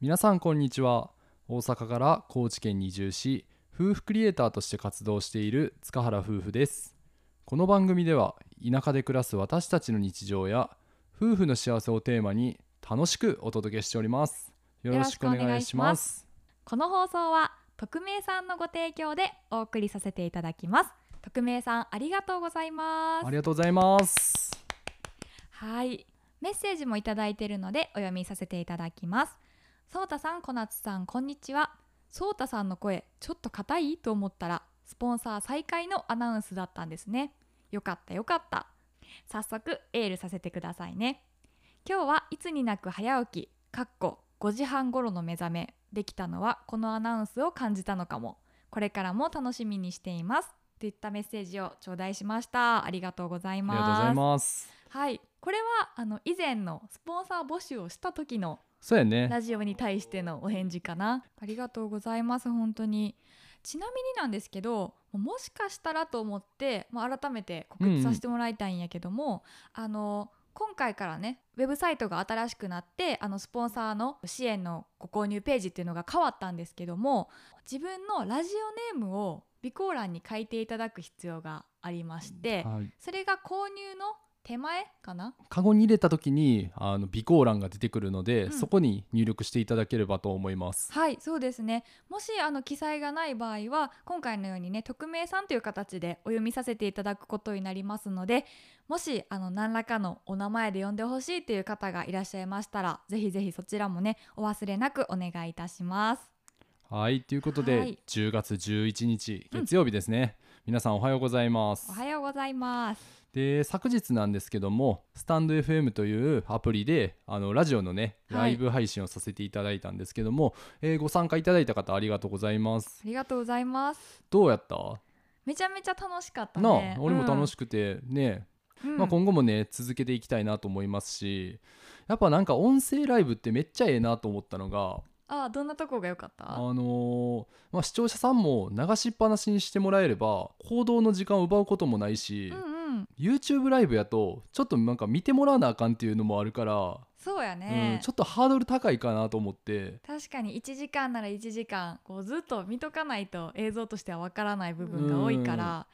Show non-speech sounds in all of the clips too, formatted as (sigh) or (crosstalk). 皆さんこんにちは大阪から高知県に移住し夫婦クリエイターとして活動している塚原夫婦ですこの番組では田舎で暮らす私たちの日常や夫婦の幸せをテーマに楽しくお届けしておりますよろしくお願いしますこの放送は匿名さんのご提供でお送りさせていただきます匿名さんありがとうございますありがとうございますはいメッセージもいただいているのでお読みさせていただきますそうたさん小夏さんこんにちはそうたさんの声ちょっと硬いと思ったらスポンサー再開のアナウンスだったんですねよかったよかった早速エールさせてくださいね今日はいつになく早起きかっこ5時半頃の目覚めできたのはこのアナウンスを感じたのかもこれからも楽しみにしていますといったメッセージを頂戴しましたありがとうございありがとうございますますはいこれはあの以前のスポンサー募集をした時のそうやねラジオに対してのお返事かなありがとうございます本当にちなみになんですけどもしかしたらと思って、まあ、改めて告知させてもらいたいんやけども、あの今回からねウェブサイトが新しくなってあのスポンサーの支援のご購入ページっていうのが変わったんですけども自分のラジオネームを備考欄に書いていただく必要がありまして、はい、それが購入の手前かなカゴに入れた時にあの備考欄が出てくるので、うんそこに入力していただければと思いますはいそうですねもしあの記載がない場合は今回のようにね匿名さんという形でお読みさせていただくことになりますのでもしあの何らかのお名前で呼んでほしいという方がいらっしゃいましたらぜひぜひそちらもねお忘れなくお願いいたしますはいということで、はい10月11日うん月曜日ですね、皆さんおはようございますおはようございますで昨日なんですけどもスタンド FM というアプリであのラジオのねはラいイブ配信をさせていただいたんですけども、えーご参加いただいた方ありがとうございますありがとうございますどうやった、めちゃめちゃ楽しかったなあね俺も楽しくて、ね、く、うんまあ、今後もね続けていきたいなと思いますしやっぱなんか音声ライブってめっちゃええなと思ったのがあどんなとこが良かったあのーまあ、視聴者さんも流しっぱなしにしてもらえれば行動の時間を奪うこともないしう、んうん YouTube ライブやとちょっとなんか見てもらわなあかんっていうのもあるからそうやうん、ねちょっとハードル高いかなと思って、確かに1時間なら1時間こうずっと見とかないと映像としてはわからない部分が多いから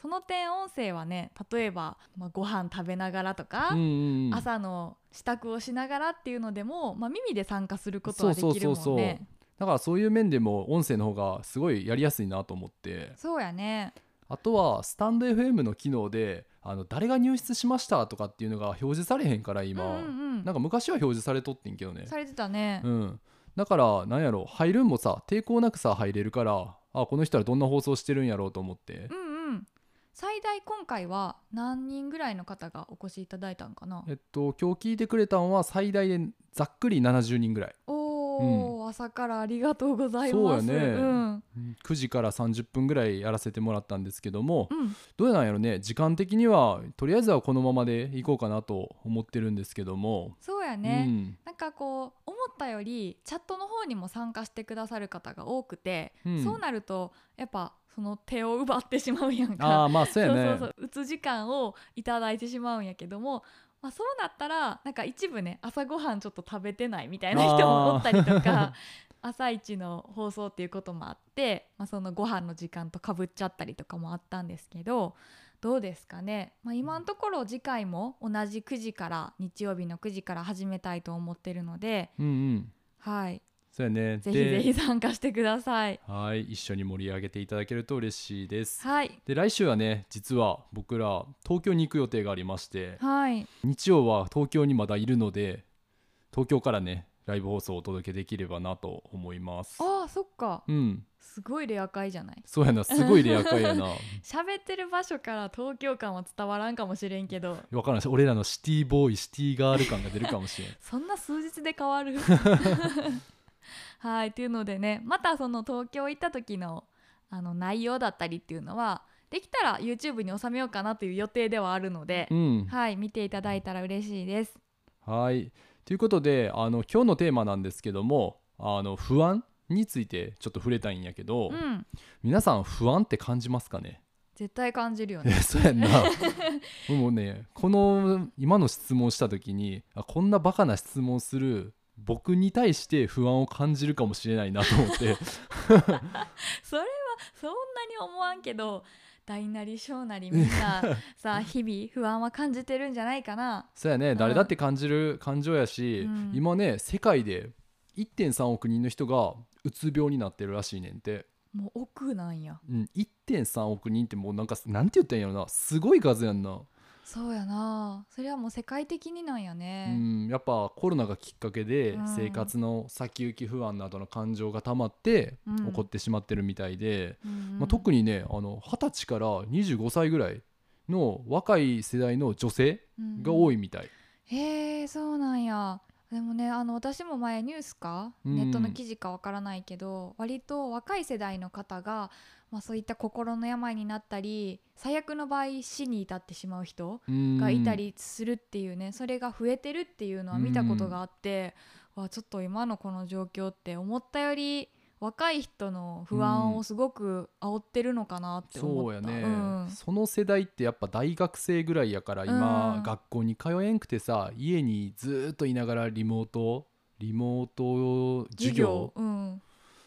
その点音声はね例えば、まあ、ご飯食べながらとか、うんうんうん朝の支度をしながらっていうのでも、まあ、耳で参加することはできるもんねそそうそううそうそうだからそういう面でも音声の方がすごいやりやすいなと思ってやねあとはスタンド FM の機能であの誰が入室しましたとかっていうのが表示されへんから今、うんうんうなんんか昔は表示されとってんけどねされてたね、うん、だからなんやろ入るんもさ抵抗なくさ入れるからあこの人はどんな放送してるんやろうと思ってう、ん、うん最大今回は何人ぐらいの方がお越しいただいたんかなえっと今日聞いてくれたんは最大でざっくり70人ぐらいおー、朝からありがとうございますそうやねうん9時から30分ぐらいやらせてもらったんですけども、うん、どうなんやろね時間的にはとりあえずはこのままでいこうかなと思ってるんですけどもそうやね、なんかこう思ったよりチャットの方にも参加してくださる方が多くて、うんそうなるとやっぱその手を奪ってしまうやんうん、あか。あまあそうやねそうそうそう打つ時間をいただいてしまうんやけども、まあ、そうなったらなんか一部ね朝ごはんちょっと食べてないみたいな人もおったり (laughs) とか朝一の放送っていうこともあって、まあ、そのご飯の時間とかぶっちゃったりとかもあったんですけどどうですかね、まあ、今のところ次回も同じ9時から日曜日の9時から始めたいと思ってるので、うんうんはい、そうやねぜひでぜひ参加してください。はい一緒に盛り上げていただけると嬉しいですはい、で来週はね実は僕ら東京に行く予定がありましてはい、日曜は東京にまだいるので東京からねライブ放送をお届けできればなと思いますああそっかうんすごいレア会じゃないそうやなすごいレア会やな (laughs) 喋ってる場所から東京感は伝わらんかもしれんけど分からんし俺らのシティボーイシティガール感が出るかも (laughs) しれんそんな数日で変 (laughs) わるはいというのでねまたその東京行った時のあの内容だったりっていうのはできたら YouTube に収めようかなという予定ではあるので、うんはい見ていただいたら嬉しいですはい。ということであの今日のテーマなんですけどもあの不安についてちょっと触れたいんやけど、うん皆さん不安って感じますかね絶対感じるよえねそうやんなもうねこの今の質問した時にあこんなバカな質問する僕に対して不安を感じるかもしれないなと思って (laughs) それはそんなに思わんけど大なり小なりみんな (laughs) さあ日々不安は感じてるんじゃないかなそうやね誰だって感じる感情やし、うん今ね世界で1.3億人の人がうつ病になってるらしいねんって、もう奥なんやうん、1.3億人ってもうなんかなんて言ったらいいんやろなすごい数やんな、そうやなそれはもう世界的になんやうね、ん、やっぱコロナがきっかけでうん生活の先行き不安などの感情が溜まってうん起こってしまってるみたいで、うんうんまあ、特にねあの20歳から25歳ぐらいの若い世代の女性が多い、いみたい。へえそうなんやでもねあの私も前ニュースか、うんネットの記事かわからないけど割と若い世代の方が、まあ、そういった心の病になったり最悪の場合死に至ってしまう人、がいたりするっていうね、それが増えてるっていうのは見たことがあって、わちょっと今のこの状況って思ったより若い人の不安をすごく煽ってるのかなってそ思うった。やね、うんその世代ってやっぱ大学生ぐらいやから今、うん学校に通えんくてさ家にずーっといながらリモートリモート授業うん、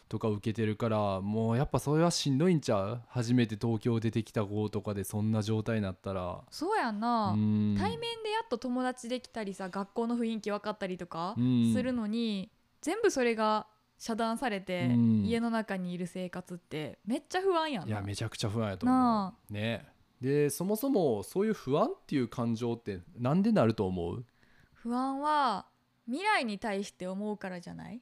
とか受けてるからもうやっぱそれはしんどいんちゃう初めて東京出てきた子とかでそんな状態になったら、そうやな、うん対面でやっと友達できたりさ学校の雰囲気分かったりとかうんするのに、全部それが遮断されて、うん家の中にいる生活ってめっちゃ不安やんないやめちゃくちゃ不安やとな思うねでそもそもそういう不安っていう感情ってなんでなると思う不安は未来に対して思うからじゃない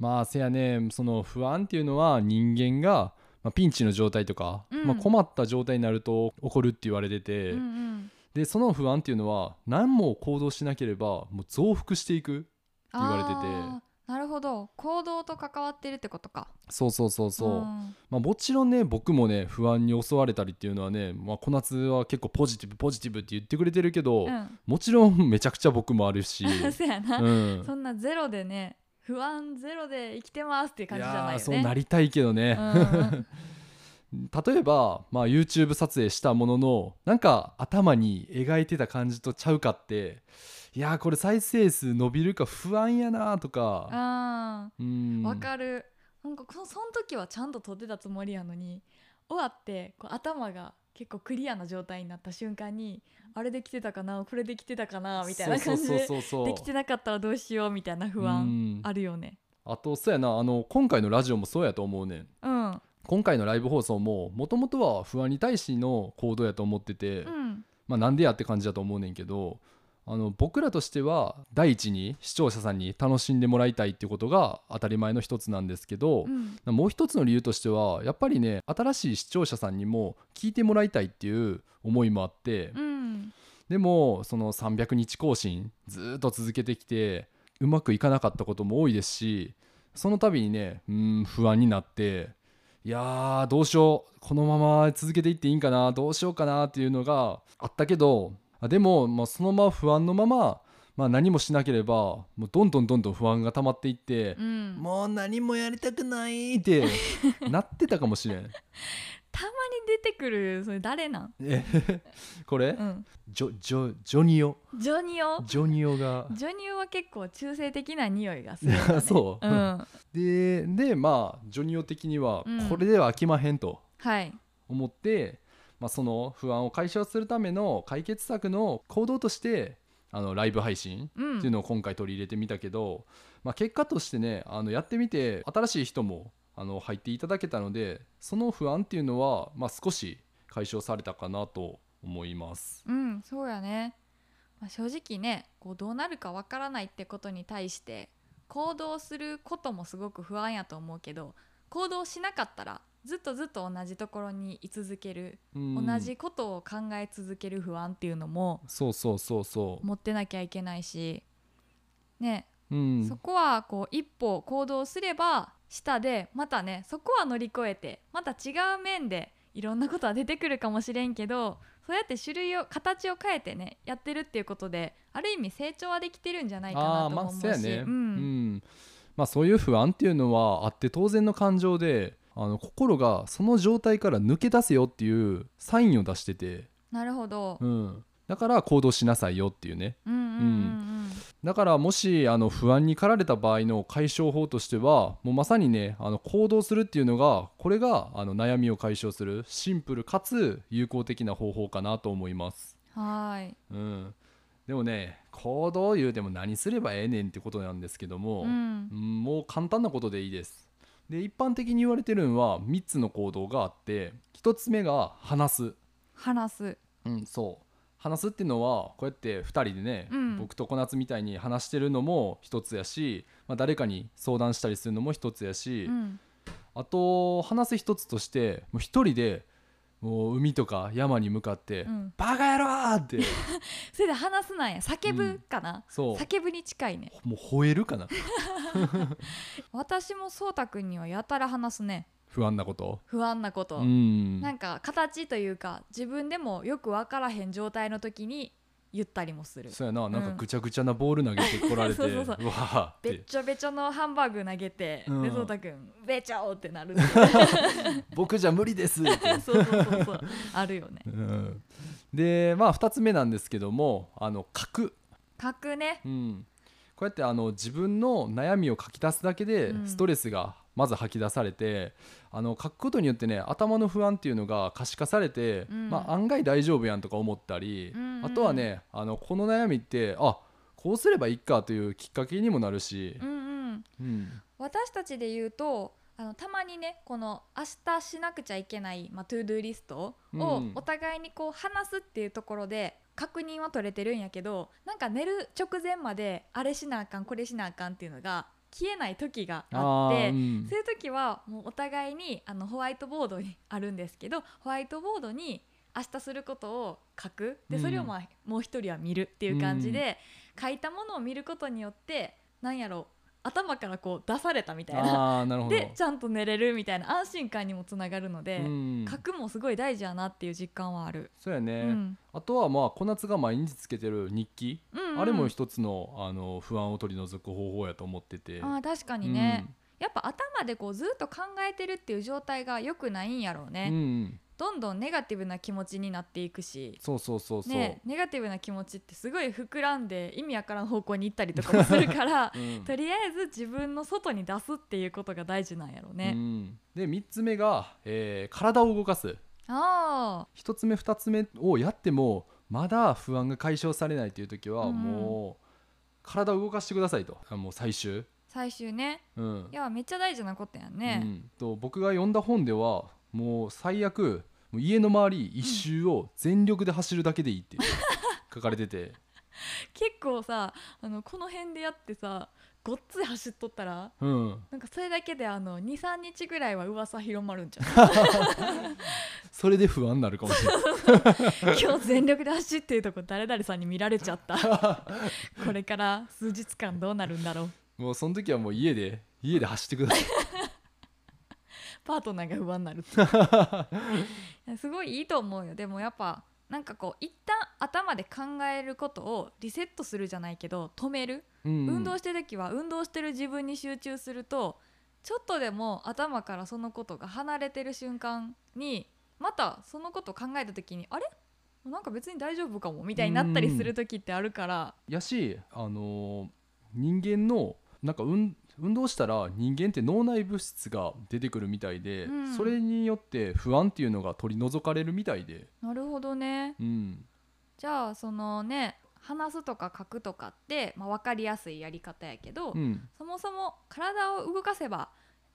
まあせやねその不安っていうのは人間が、まあ、ピンチの状態とか、うんまあ、困った状態になると起こるって言われてて、うんうんでその不安っていうのは何も行動しなければもう増幅していく言われててあーなるほど行動と関わってるってことかそうそうそうそう、んまあ、もちろんね僕もね不安に襲われたりっていうのはね、まあ、小夏は結構ポジティブポジティブって言ってくれてるけど、うんもちろんめちゃくちゃ僕もある (laughs) し、そやな、うん、そんなゼロでね不安ゼロで生きてますっていう感じじゃないよねやーそうなりたいけどね、うん (laughs) 例えば、まあ、YouTube 撮影したもののなんか頭に描いてた感じとちゃうかっていやーこれ再生数伸びるか不安やなーとかあうーんわかるなんかそその時はちゃんと撮ってたつもりやのに終わってこう頭が結構クリアな状態になった瞬間にあれできてたかなこれできてたかなみたいな感じそうでそうそうそうできてなかったらどうしようみたいな不安安あるよねあとそうやなあの今回のラジオもそうやと思うねんうんうん今回のライブ放送ももともとは不安に対しての行動やと思ってて、まあ、なんでやって感じだと思うねんけどあの僕らとしては第一に視聴者さんに楽しんでもらいたいっていうことが当たり前の一つなんですけど、うんもう一つの理由としてはやっぱりね新しい視聴者さんにも聞いてもらいたいっていう思いもあって、うんでもその300日更新ずーっと続けてきてうまくいかなかったことも多いですしその度にねうーん不安になっていやーどうしようこのまま続けていっていいんかなどうしようかなっていうのがあったけどあでも、まあ、そのまま不安のまま、まあ、何もしなければもうどんどんどんどん不安が溜まっていってう、んもう何もやりたくないってなってたかもしれん。たまに出てくるそれ誰なん、えこれ、うん、ジョジョジョニオジョニオジョニオがジョニオは結構中性的な匂いがするよ (laughs) ね、そううん、ででまあジョニオ的にはうんこれでは飽きまへんとはい思って、まあ、その不安を解消するための解決策の行動としてあのライブ配信うんっていうのを今回取り入れてみたけど、まあ、結果としてねあのやってみて新しい人もあの入っていただけたのでその不安っていうのは、まあ、少し解消されたかなと思います。うんそうやね、まあ、正直ねこうどうなるかわからないってことに対して行動することもすごく不安やと思うけど行動しなかったらずっとずっと同じところに居続ける、うん同じことを考え続ける不安っていうのもそうそうそうそ持ってなきゃいけないしねう、うん、そこはこう一歩行動すれば下でまたねそこは乗り越えてまた違う面でいろんなことは出てくるかもしれんけどそうやって種類を形を変えてねやってるっていうことである意味成長はできてるんじゃないかなあとーもまあ思うし、そうやねううんんまあそういう不安っていうのはあって当然の感情であの心がその状態から抜け出せよっていうサインを出してて、なるほど、うんだから行動しなさいよっていうねうんうんうんだからもしあの不安に駆られた場合の解消法としてはもうまさにねあの行動するっていうのがこれがあの悩みを解消するシンプルかつ有効的な方法かなと思います。うんはーいうん、でもね行動言うても何すればええねんってことなんですけども、うんうんもう簡単なことでいいです。で一般的に言われてるのは3つの行動があって1つ目が話す。話すうん、そう話すっていうのはこうやって2人でね、うん僕と小夏みたいに話してるのも一つやし、まあ、誰かに相談したりするのも一つやし、うんあと話す一つとしてもう一人でもう海とか山に向かって「うんバカ野郎!」ってそれで話すなんや叫ぶかなそう叫ぶに近いねもう吠えるかな私もそうたくんにはやたら話すね不安なこと。不安なことうんなんか形というか自分でもよく分からへん状態の時に言ったりもするそうやななんかぐちゃぐちゃなボール投げてこられて (laughs) そうそうそうわーっべってちょべちょのハンバーグ投げて、うんでそうたくんべちょーって (laughs) なる「僕じゃ無理です」ってそうそうそうそうあるよねうんでまあ2つ目なんですけどもあの書く、書くねうん、こうやってあの自分の悩みを書き出すだけでうんストレスがまず吐き出されて、あの書くことによってね頭の不安っていうのが可視化されて、うんまあ、案外大丈夫やんとか思ったり、うんうんあとはねあのこの悩みってあこうすればいいかというきっかけにもなるしう、んうんうん私たちで言うとあのたまにねこの明日しなくちゃいけない、まあ、トゥードゥーリストうをんお互いにこう話すっていうところで確認は取れてるんやけどなんか寝る直前まであれしなあかんこれしなあかんっていうのが消えない時があっーてうんそういう時はもうお互いにあのホワイトボードにあるんですけどホワイトボードに明日することを書くでうんそれを、まあもう一人は見るっていう感じで、書いたものを見ることによってなんやろ頭からこう出されたみたいなあーなるほどでちゃんと寝れるみたいな安心感にもつながるので、うん書くもすごい大事やなっていう実感はある。そうやね、うんあとはまあ小夏が毎日つけてる日記うんうんあれも一つのあの不安を取り除く方法やと思ってて。あー確かにね、やっぱ頭でこうずっと考えてるっていう状態が良くないんやろううねん、、うん、どんどんネガティブな気持ちになっていくしそうそうそうそう。ね、ネガティブな気持ちってすごい膨らんで意味わからん方向に行ったりとかもするから (laughs) う、んとりあえず自分の外に出すっていうことが大事なんやろううね。んで3つ目が、えー体を動かすああ1つ目2つ目をやってもまだ不安が解消されないという時は、うんうんもう体を動かしてくださいとあもう最終、最終ねうんいやめっちゃ大事なことやうね。んと僕が読んだ本ではもう最悪もう家の周り一周を全力で走るだけでいいって (laughs) 書かれてて結構さあのこの辺でやってさごっつい走っとったらうん、なんかそれだけであの23日ぐらいは噂広まるんじゃ (laughs) それで不安になるかもしれない。 (laughs) ない今日全力で走ってるとこ誰々さんに見られちゃったこれから数日間どうなるんだろうもうその時はもう家で家で走ってください。パートナーが不安になるいやすごいいいと思うよでもやっぱなんかこう一旦頭で考えることをリセットするじゃないけど止める、運動ししてる時は運動してる自分に集中するとちょっとでも頭からそのことが離れてる瞬間にまたそのことを考えた時にあれなんか別に大丈夫かもみたいになったりする時ってあるから、やし、あのー人間のなんか運運動したら人間って脳内物質が出てくるみたいで、うんそれによって不安っていうのが取り除かれるみたいで、なるほどねうん、じゃあそのね話すとか書くとかって、まあ、分かりやすいやり方やけど、 (laughs) うん、そもそも体を動かせば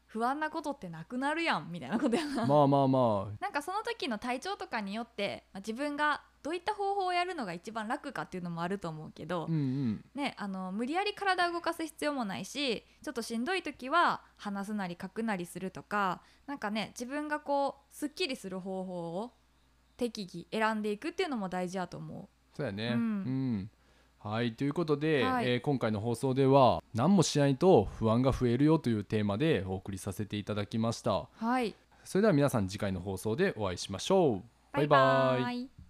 不安なことってなくなるやん (laughs) みたいなことやな。まあまあまあ。なんかその時の体調とかによって、まあ、自分がどういった方法をやるのが一番楽かっていうのもあると思うけど、うんうんね、あの無理やり体を動かす必要もないしちょっとしんどい時は話すなり書くなりするとかなんかね自分がこうすっきりする方法を適宜選んでいくっていうのも大事やと思そうやね、うんうんはいということで、はいえー今回の放送では「何もしないと不安が増えるよ」というテーマでお送りさせていただきましたう。はいそれでは皆さん次回の放送でお会いしましょうバイバイイ